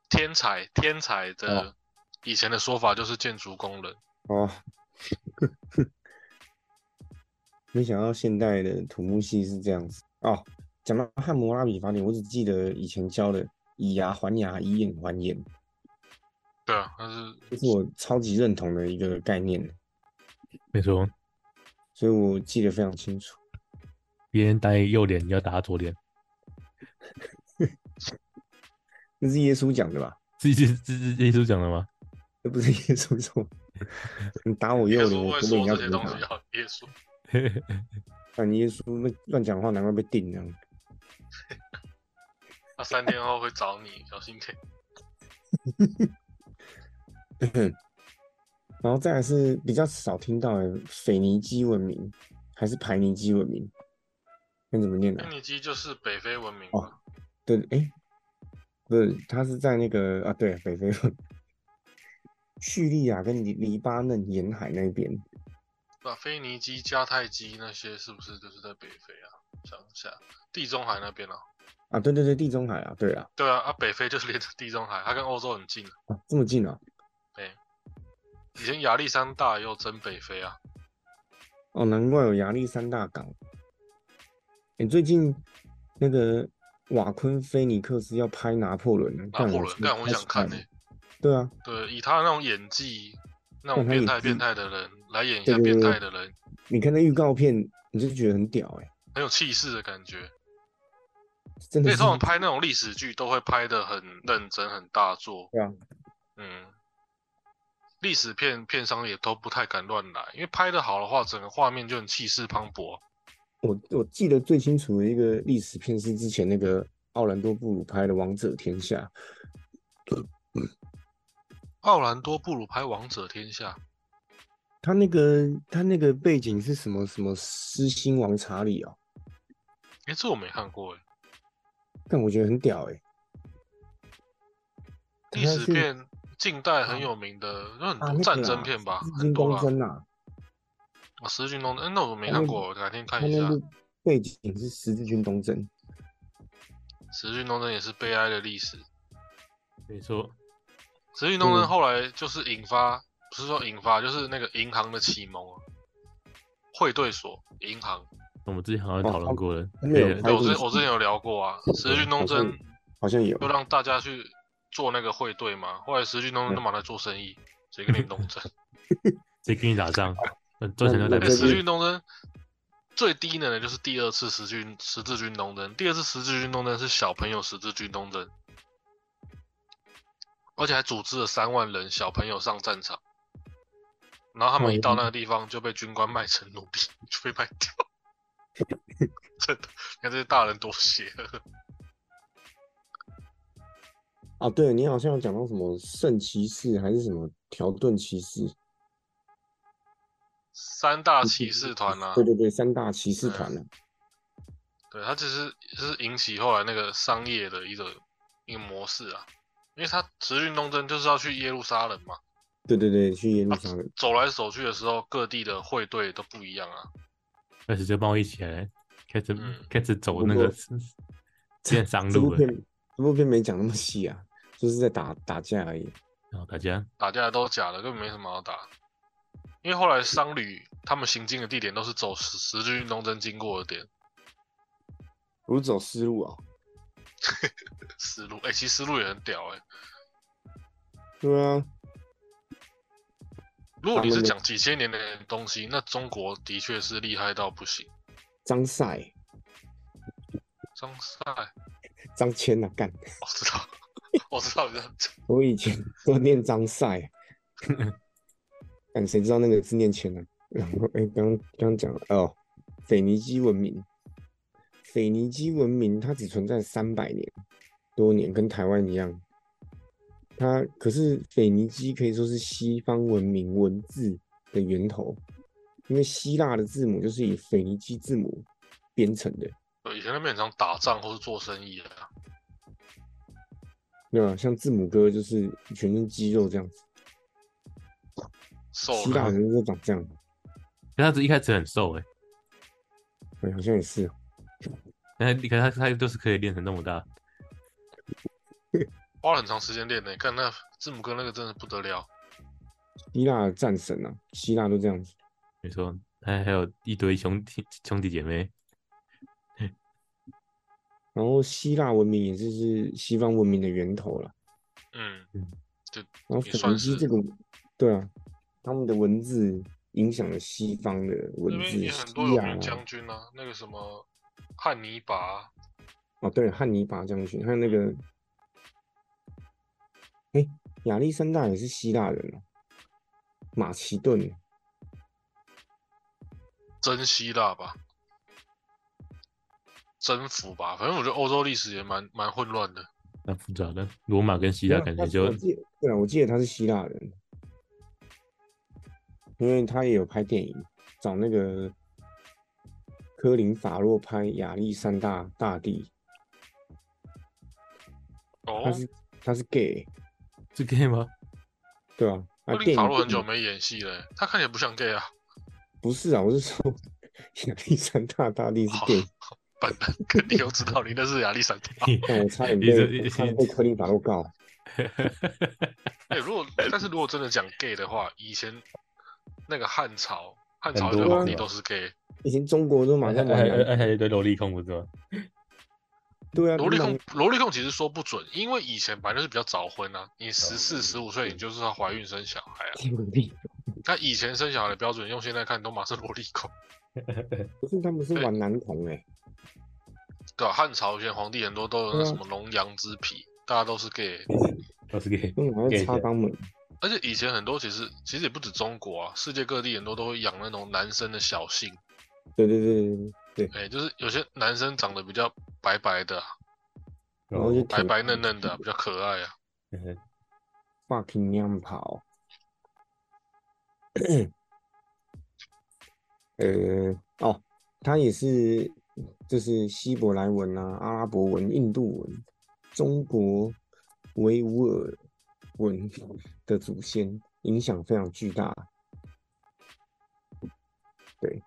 Speaker 2: 天才天才的
Speaker 1: 哦
Speaker 2: 以前的说法就是建筑工人。
Speaker 1: 哦。
Speaker 2: *laughs*
Speaker 1: 没想到现代的土木系是这样子哦。讲到汉谟拉比法典，我只记得以前教的以牙还牙，以眼还眼，
Speaker 2: 对啊，但是
Speaker 1: 这是我超级认同的一个概念，
Speaker 3: 没错，
Speaker 1: 所以我记得非常清楚。
Speaker 3: 别人打你右脸，你要打他左脸，
Speaker 1: 那是耶稣讲的吧？
Speaker 3: 这这这这耶稣讲的 *laughs* 吗？
Speaker 1: 那不是耶稣说， *laughs* 你打我
Speaker 2: 耶
Speaker 1: 右脸，
Speaker 2: 稣
Speaker 1: 我
Speaker 2: 会
Speaker 1: 左脸
Speaker 2: 说
Speaker 1: 要
Speaker 2: 这些
Speaker 1: 怎么
Speaker 2: 东
Speaker 1: 打
Speaker 2: 西？啊，耶稣。
Speaker 1: 但耶稣那乱讲话，难怪被啊定这样。
Speaker 2: 他三天后会找你，小心点。
Speaker 1: 然后再来是比较少听到的腓尼基文明，还是排尼基文明？那怎么念啊呢、
Speaker 2: 腓尼基就是北非文明
Speaker 1: 哦
Speaker 2: 嘛，
Speaker 1: 对，哎、不是，他是在那个啊，对，北非 *laughs* 文，叙利亚跟黎黎巴嫩沿海那边，
Speaker 2: 把腓尼基、迦太基那些是不是就是在北非啊？想一下，地中海那边啊。
Speaker 1: 啊，对对对，地中海啊，对啊，
Speaker 2: 对啊，啊，北非就是连着地中海，它跟欧洲很近。
Speaker 1: 啊，这么近啊，
Speaker 2: 以前亚历山大也有征北非啊，
Speaker 1: 哦，难怪有亚历山大港。哎、最近那个瓦昆菲尼克斯要拍拿破仑了，
Speaker 2: 拿破
Speaker 1: 我
Speaker 2: 仑，干我
Speaker 1: 开始
Speaker 2: 想看呢、欸
Speaker 1: 了对啊，
Speaker 2: 对，以他那种演技，那
Speaker 1: 看
Speaker 2: 种
Speaker 1: 他演
Speaker 2: 变态
Speaker 1: 技
Speaker 2: 变态的人来演一
Speaker 1: 对
Speaker 2: 下
Speaker 1: 对
Speaker 2: 变
Speaker 1: 对
Speaker 2: 态的人，
Speaker 1: 你看那预告片，你就觉得很屌哎、
Speaker 2: 很有气势的感觉。
Speaker 1: 真
Speaker 2: 而
Speaker 1: 的
Speaker 2: 且
Speaker 1: 是
Speaker 2: 通常拍那种历史剧都会拍的很认真、很大作。
Speaker 1: 对啊，
Speaker 2: 嗯，历史片片商也都不太敢乱来，因为拍的好的话，整个画面就很气势磅礴。啊
Speaker 1: 我我记得最清楚的一个历史片是之前那个奥兰多布鲁拍的《王者天下》，
Speaker 2: 奥兰多布鲁拍《王者天下》，
Speaker 1: 他那个他那个背景是什么什么狮心王查理哦，
Speaker 2: 诶，这我没看过诶。
Speaker 1: 但我觉得很屌哎、他
Speaker 2: 历史
Speaker 1: 是
Speaker 2: 片近代很有名的，有很
Speaker 1: 啊
Speaker 2: 多
Speaker 1: 那
Speaker 2: 战
Speaker 1: 个
Speaker 2: 争
Speaker 1: 啊
Speaker 2: 片吧，
Speaker 1: 《
Speaker 2: 很
Speaker 1: 金
Speaker 2: 多
Speaker 1: 公
Speaker 2: 啦。
Speaker 1: 争》啊，
Speaker 2: 啊，十字军东征，嗯那我没
Speaker 1: 他
Speaker 2: 看
Speaker 1: 那
Speaker 2: 过，我改天
Speaker 1: 他
Speaker 2: 看一
Speaker 1: 那
Speaker 2: 下。
Speaker 1: 个背景是十字军东征，
Speaker 2: 十字军东征也是悲哀的历史。
Speaker 3: 没错，
Speaker 2: 十字军东征
Speaker 1: 嗯
Speaker 2: 后来就是引发，不是说引发，就是那个银行的启蒙啊，汇兑所、银行。
Speaker 3: 我们之前好像讨论
Speaker 1: *laughs*
Speaker 3: 过了，
Speaker 1: 他们有
Speaker 3: 可以
Speaker 1: 拍
Speaker 2: 对，我之
Speaker 1: 过
Speaker 2: 前我之前有聊过啊，十字军
Speaker 1: 好像
Speaker 2: 东征
Speaker 1: 好像有
Speaker 2: 就让大家去做那个汇兑嘛，后来十字军东征
Speaker 1: 对
Speaker 2: 都忙来做生意，谁跟你东征？
Speaker 3: 谁跟你打
Speaker 1: *laughs*
Speaker 3: 仗？呃赚钱就代
Speaker 1: 那 *laughs*
Speaker 2: 哎，
Speaker 3: 表
Speaker 1: 那这
Speaker 2: 十字
Speaker 1: 边
Speaker 2: 军东征最低能的就是第二次十字军十字军东征，第二次十字军东征是小朋友十字军东征，而且还组织了三万人小朋友上战场，然后他们一到那个地方就被军官卖成奴婢，就被卖掉。 *laughs* 真的，你看这些大人多邪恶。
Speaker 1: 啊，对你好像有讲到什么圣骑士还是什么条顿骑士，
Speaker 2: 三大骑士团啊，
Speaker 1: 对对对，三大骑士团啊，
Speaker 2: 对，它其实是引起后来那个商业的一个一个模式啊，因为它十字军东征就是要去耶路撒冷嘛，
Speaker 1: 对对对，去
Speaker 2: 啊
Speaker 1: 耶路撒冷，
Speaker 2: 走来走去的时候，各地的汇兑都不一样啊。
Speaker 3: 开始就贸易起来，开始
Speaker 2: 嗯
Speaker 3: 开始走那个 *laughs* 建商
Speaker 1: 这部
Speaker 3: 路欸了
Speaker 1: 片，这部片没讲那么细啊，就是在打打架而已。
Speaker 3: 然后大家
Speaker 2: 打架都假的，根本没什么好打。因为后来商旅他们行进的地点都是走十十字军东征经过的点，
Speaker 1: 我是走思路啊、
Speaker 2: 丝路。哎、其实丝路也很屌哎、
Speaker 1: 对啊，
Speaker 2: 如果你
Speaker 1: 他
Speaker 2: 是
Speaker 1: 们的
Speaker 2: 讲几千年的东西，那中国的确是厉害到不行。
Speaker 1: 张赛、
Speaker 2: 张赛， *laughs* 我
Speaker 1: 张骞啊，干， *laughs*
Speaker 2: 知道， *laughs* 我知道你在讲。
Speaker 1: 我以前都念张赛，但谁知道那个字念骞啊？ *laughs* 然后哎，刚刚讲了哦，腓尼基文明，腓尼基文明它只存在三百年多年，跟台湾一样。它可是腓尼基可以说是西方文明文字的源头，因为希腊的字母就是以腓尼基字母编成的。
Speaker 2: 对，以前那边很常打仗或是做生意啊。
Speaker 1: 对啊，像字母哥就是全身肌肉这样子，
Speaker 2: 瘦
Speaker 1: 希腊
Speaker 2: 了，
Speaker 1: 人就长这样，
Speaker 3: 可是他只一开始很瘦哎，
Speaker 1: 哎，好像也是哦，
Speaker 3: 但是可是他他就是可以练成那么大，
Speaker 2: 花了很长时间练呢、看那字母哥那个真的不得了，
Speaker 1: 希腊的战神啊，希腊都这样子。
Speaker 3: 没错，还还有一堆兄弟兄弟姐妹，
Speaker 1: 然后希腊文明也就是西方文明的源头了。
Speaker 2: 嗯，
Speaker 1: 然后腓
Speaker 2: 也算
Speaker 1: 尼基
Speaker 2: 是
Speaker 1: 这个，对啊，他们的文字影响了西方的文
Speaker 2: 那边
Speaker 1: 字，
Speaker 2: 也很多
Speaker 1: 希
Speaker 2: 有
Speaker 1: 腊
Speaker 2: 名
Speaker 1: 啊
Speaker 2: 将军啊，那个什么汉尼拔啊，
Speaker 1: 哦，对，汉尼拔将军，还有那个，哎，亚历山大也是希腊人啊，马其顿，
Speaker 2: 真希腊吧，征服吧，反正我觉得欧洲历史也蛮蛮混乱的。
Speaker 3: 那复杂的罗马跟希
Speaker 1: 没
Speaker 3: 腊
Speaker 1: 有
Speaker 3: 感
Speaker 1: 他
Speaker 3: 觉就
Speaker 1: 我记得对啊，我记得他是希腊人，因为他也有拍电影，找那个科林法洛拍《亚历山大大帝》，他
Speaker 2: 哦，
Speaker 1: 是他是 gay，
Speaker 3: 是 gay 吗？
Speaker 1: 对吧、啊？
Speaker 2: 布
Speaker 1: 啊，
Speaker 2: 林
Speaker 1: 电
Speaker 2: 法
Speaker 1: 影
Speaker 2: 洛很久
Speaker 1: 电影
Speaker 2: 没演戏了欸，他看起来不像 gay 啊，
Speaker 1: 不是啊，我是说 *laughs* 亚历山大大帝是
Speaker 2: 好 *laughs*
Speaker 1: gay，
Speaker 2: 笨蛋，肯定有知道你那是亚历山大。
Speaker 1: 但我差点
Speaker 3: 一直
Speaker 1: 被
Speaker 3: 一
Speaker 1: 我差点
Speaker 3: 直
Speaker 1: 被科林法洛告。
Speaker 2: 哎、如果但是如果真的讲 gay 的话，以前那个汉朝，汉朝
Speaker 3: 很
Speaker 2: 的
Speaker 1: 多啊
Speaker 2: 皇帝都是 gay，
Speaker 1: 以前中国都马上玩
Speaker 3: 还还
Speaker 1: 亚历，
Speaker 3: 还还有一堆萝莉控不是啊
Speaker 1: *laughs*
Speaker 3: 吗？
Speaker 1: 对啊，
Speaker 2: 萝莉
Speaker 1: 都
Speaker 2: 控 *laughs*
Speaker 1: 蛮，
Speaker 2: 萝莉控其实说不准，因为以前本来就是比较早婚啊，你十四、
Speaker 1: 哦
Speaker 2: 十五岁你就是要怀孕生小孩啊。
Speaker 1: 有病
Speaker 2: 那以前生小孩的标准，用现在看都马是 *laughs* 萝莉控，
Speaker 1: *laughs* 不是他们是
Speaker 2: 对
Speaker 1: 玩男童哎、
Speaker 2: 对吧、啊汉朝以前皇帝很多都有那
Speaker 1: 对啊
Speaker 2: 什么龙阳之癖，大家都是 gay，
Speaker 3: 都是 gay，
Speaker 1: 用来
Speaker 3: gay
Speaker 1: 插
Speaker 3: 的
Speaker 1: 肛门，
Speaker 2: 而且以前很多其实其实也不止中国啊，世界各地很多都会养那种男生的小性，
Speaker 1: 对对对对对，
Speaker 2: 哎、就是有些男生长得比较白白的啊、
Speaker 1: 然后就
Speaker 2: 白
Speaker 1: 舔
Speaker 2: 白嫩嫩的啊、比较可爱啊。
Speaker 3: 哦
Speaker 1: *laughs*
Speaker 3: 嗯
Speaker 1: fucking 娘炮。 *coughs* 呃，哦，它也是，就是希伯来文啊、阿拉伯文、印度文、中国维吾尔文的祖先，影响非常巨大。对，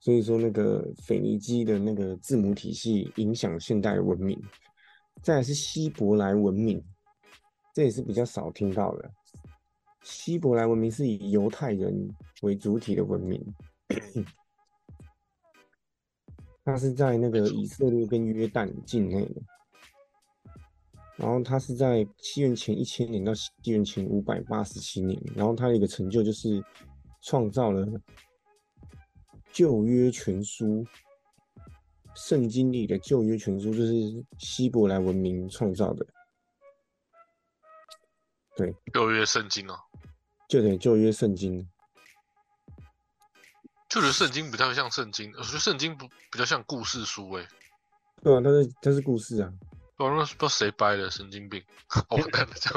Speaker 1: 所以说那个腓尼基的那个字母体系影响现代文明，再来是希伯来文明，这也是比较少听到的。希伯来文明是以犹太人为主体的文明，它是在那个以色列跟约旦境内的，然后它是在西元前一千年到西元前五百八十七年，然后它有一个成就就是创造了《旧约全书》。圣经里的旧约全书就是希伯来文明创造的，
Speaker 2: 旧约圣经哦，
Speaker 1: 就等于旧约圣经。
Speaker 2: 旧约圣经比较像圣经，我觉得圣经不比较像故事书诶、
Speaker 1: 对啊，它是它是故事啊，
Speaker 2: 不知道不知道谁掰的，神经病！ *laughs* 完蛋了，讲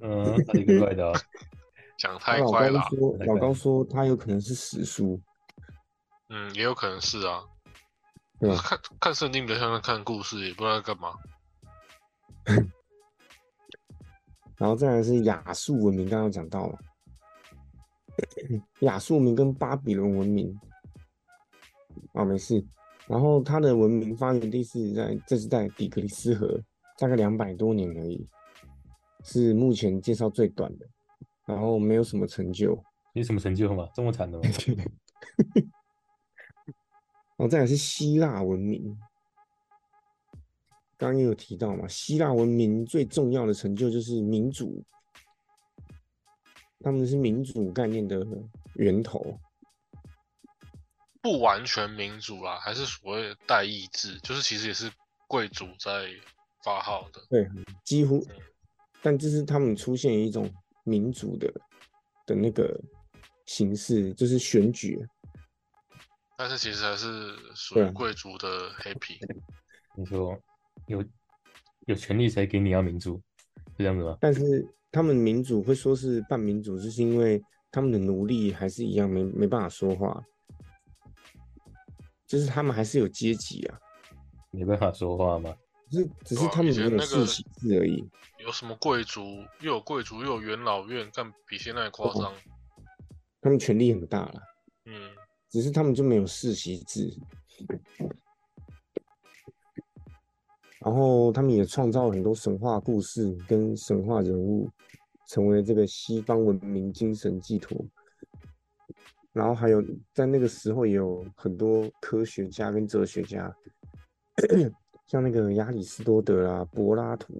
Speaker 3: 嗯，那个怪的啊，
Speaker 2: 讲
Speaker 1: 他
Speaker 2: 太
Speaker 1: 老
Speaker 2: 快
Speaker 1: 高
Speaker 2: 了啊。
Speaker 1: 说，
Speaker 3: 太
Speaker 1: 老
Speaker 3: 快
Speaker 1: 高
Speaker 3: 了
Speaker 1: 说他有可能是史书，
Speaker 2: 嗯，也有可能是啊。
Speaker 1: 对啊
Speaker 2: 看看圣经比较像看故事，也不知道在干嘛。
Speaker 1: 然后再来是亚述文明，刚刚有讲到嘛，亚述文明跟巴比伦文明，啊没事，然后它的文明发源地是在这是在底格里斯河，大概两百多年而已，是目前介绍最短的，然后没有什么成就，
Speaker 3: 你有什么成就吗？这么惨的吗？
Speaker 1: 然哦后再来是希腊文明，刚刚也有提到嘛，希腊文明最重要的成就就是民主，他们是民主概念的源头。
Speaker 2: 不完全民主啦，还是所谓的代议制，就是其实也是贵族在发号的。
Speaker 1: 几乎，但这是他们出现一种民主的的那个形式，就是选举。
Speaker 2: 但是其实还是属
Speaker 1: 对
Speaker 2: 于
Speaker 1: 啊
Speaker 2: 贵族的黑皮。
Speaker 3: 你说有有权利谁给你要民主，是这样子吗？
Speaker 1: 但是他们民主会说是半民主，就是因为他们的奴隶还是一样没没办法说话，就是他们还是有阶级啊，
Speaker 3: 没办法说话吗？
Speaker 1: 只是只
Speaker 2: 对
Speaker 1: 是
Speaker 2: 啊
Speaker 1: 他们
Speaker 2: 以前
Speaker 1: 没有
Speaker 2: 那
Speaker 1: 世
Speaker 2: 个
Speaker 1: 袭制而已。
Speaker 2: 有什么贵族，又有贵族，又有元老院，干比现在夸张。
Speaker 1: 他们权力很大啦，
Speaker 2: 嗯，
Speaker 1: 只是他们就没有世袭制。然后他们也创造了很多神话故事跟神话人物，成为这个西方文明精神寄托。然后还有在那个时候也有很多科学家跟哲学家，像那个亚里士多德啦、柏拉图、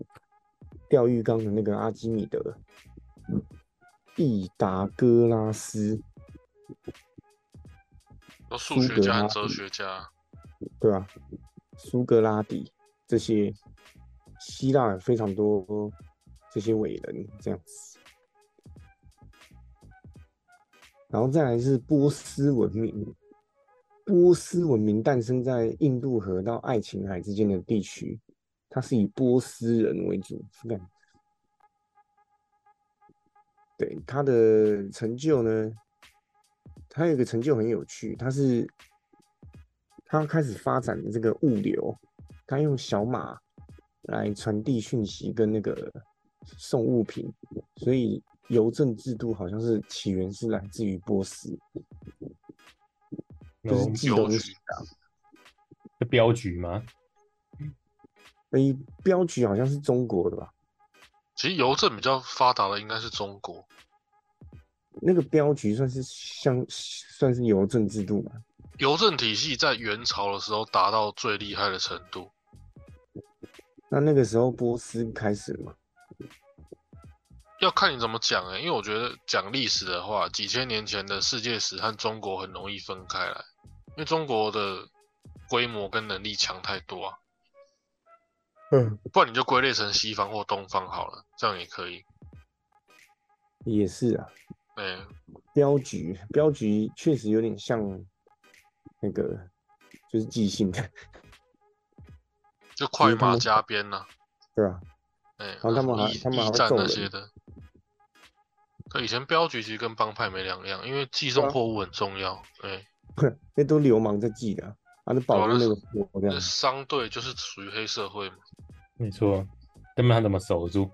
Speaker 1: 钓鱼缸的那个阿基米德、毕达哥拉斯，
Speaker 2: 有数学家和哲学家，
Speaker 1: 对啊，苏格拉底这些希腊有非常多这些伟人这样子，然后再来是波斯文明。波斯文明诞生在印度河到爱琴海之间的地区，它是以波斯人为主，是吧？对，他的成就呢，他有一个成就很有趣，他是他开始发展的这个物流，他用小马来传递讯息跟那个送物品，所以邮政制度好像是起源是来自于波斯，就是
Speaker 3: 有
Speaker 1: 寄
Speaker 2: 邮
Speaker 1: 东西
Speaker 2: 局
Speaker 1: 啊。
Speaker 3: 是镖局吗？
Speaker 1: 诶，镖局好像是中国的吧？
Speaker 2: 其实邮政比较发达的应该是中国，
Speaker 1: 那个镖局算是像算是邮政制度嘛？
Speaker 2: 邮政体系在元朝的时候达到最厉害的程度。
Speaker 1: 那那个时候波斯开始了嘛？
Speaker 2: 要看你怎么讲哎、因为我觉得讲历史的话，几千年前的世界史和中国很容易分开来，因为中国的规模跟能力强太多啊。
Speaker 1: 嗯，
Speaker 2: 不然你就归类成西方或东方好了，这样也可以。
Speaker 1: 也是啊。
Speaker 2: 哎、
Speaker 1: 镖局，镖局确实有点像那个，就是寄信，
Speaker 2: 就快
Speaker 1: 他
Speaker 2: 马
Speaker 1: 们
Speaker 2: 加鞭呐、
Speaker 1: *laughs* 对吧、
Speaker 2: 哎、然
Speaker 1: 后他们还他们还会
Speaker 2: 战
Speaker 1: 揍
Speaker 2: 那
Speaker 1: 人
Speaker 2: 些的。对，以前镖局其实跟帮派没两样，因为寄
Speaker 1: 对
Speaker 2: 送
Speaker 1: 啊
Speaker 2: 货物很重要。哎、
Speaker 1: *laughs* 那都流氓在寄的啊，他就保护那个货这
Speaker 2: 那
Speaker 1: 样。
Speaker 2: 商队啊就是属于黑社会嘛。
Speaker 3: 没错，他们他怎么守住？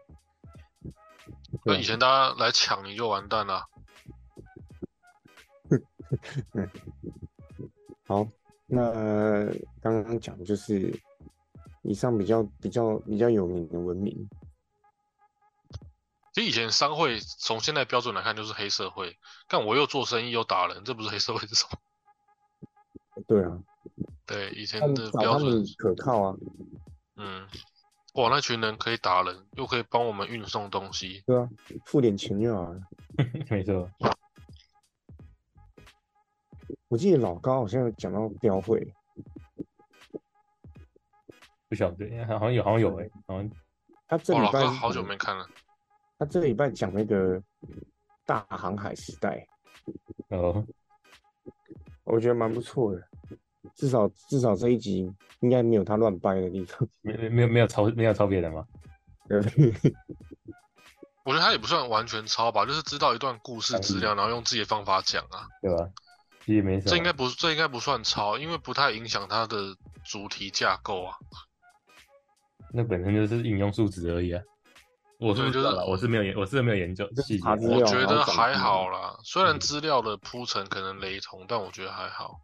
Speaker 3: *laughs*
Speaker 2: 那
Speaker 1: 对啊
Speaker 2: 以前大家来抢你就完蛋了。
Speaker 1: 好，那刚刚讲就是以上比较比较比较有名的文明，
Speaker 2: 其实以前商会从现在标准来看就是黑社会，但我又做生意又打人，这不是黑社会是什么？ *laughs*
Speaker 1: 对啊，
Speaker 2: 对，以前
Speaker 1: 他们
Speaker 2: 的
Speaker 1: 找他
Speaker 2: 标
Speaker 1: 们
Speaker 2: 准，
Speaker 1: 可靠啊，
Speaker 2: 嗯，哇，那群人可以打人，又可以帮我们运送东西，
Speaker 1: 对啊，付点钱就好了。
Speaker 3: 没错，
Speaker 1: 我记得老高好像有讲到标会，
Speaker 3: 不晓得，好像有，好像有哎、好像
Speaker 1: 他这
Speaker 2: 哇，
Speaker 1: 礼
Speaker 2: 哦老
Speaker 1: 拜
Speaker 2: 哥
Speaker 1: 是
Speaker 2: 好久
Speaker 1: 讲
Speaker 2: 没看了。
Speaker 1: 他这礼拜讲那个大航海时代，
Speaker 3: 哦，
Speaker 1: 我觉得蛮不错的，至少至少这一集应该没有他乱掰的地方，
Speaker 3: 没没没有没有抄没有抄别人吗？
Speaker 1: 对不对？
Speaker 2: 我觉得他也不算完全抄吧，就是知道一段故事资料，然后用自己的方法讲啊。
Speaker 3: 对吧？其实也
Speaker 1: 啊
Speaker 3: 没什么，
Speaker 2: 这应该不，这应该不算抄，因为不太影响它的主题架构啊。
Speaker 3: 那本身就是引用数值而已啊。我是不
Speaker 2: 对
Speaker 3: 知
Speaker 2: 就是
Speaker 3: 道啦，我是没有研，我是没有研究
Speaker 1: 就
Speaker 3: 细节
Speaker 1: 查
Speaker 3: 啊。
Speaker 1: 资
Speaker 2: 我
Speaker 1: 料
Speaker 2: 觉
Speaker 1: 然后嗯
Speaker 2: 得
Speaker 1: 找
Speaker 2: 还
Speaker 1: 资料
Speaker 2: 好啦，虽然资料的铺陈可能雷同，但我觉得还好。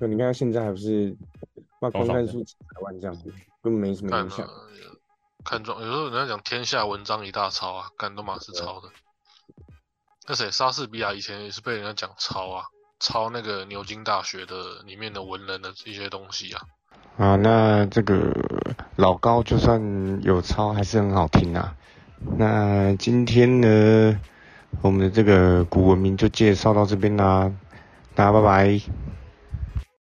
Speaker 1: 就你看他现在还不是把观
Speaker 3: 爽爽
Speaker 1: 看
Speaker 3: 的
Speaker 1: 数几百万这样，根本没什么
Speaker 2: 看
Speaker 1: 影响。
Speaker 2: 呃看中，有时候人家讲天下文章一大抄啊，干都马是抄的。那谁，莎士比亚以前也是被人家讲抄啊，抄那个牛津大学的里面的文人的一些东西啊。
Speaker 1: 啊，那这个老高就算有抄，还是很好听啊。那今天呢，我们的这个古文明就介绍到这边啦，大家拜拜。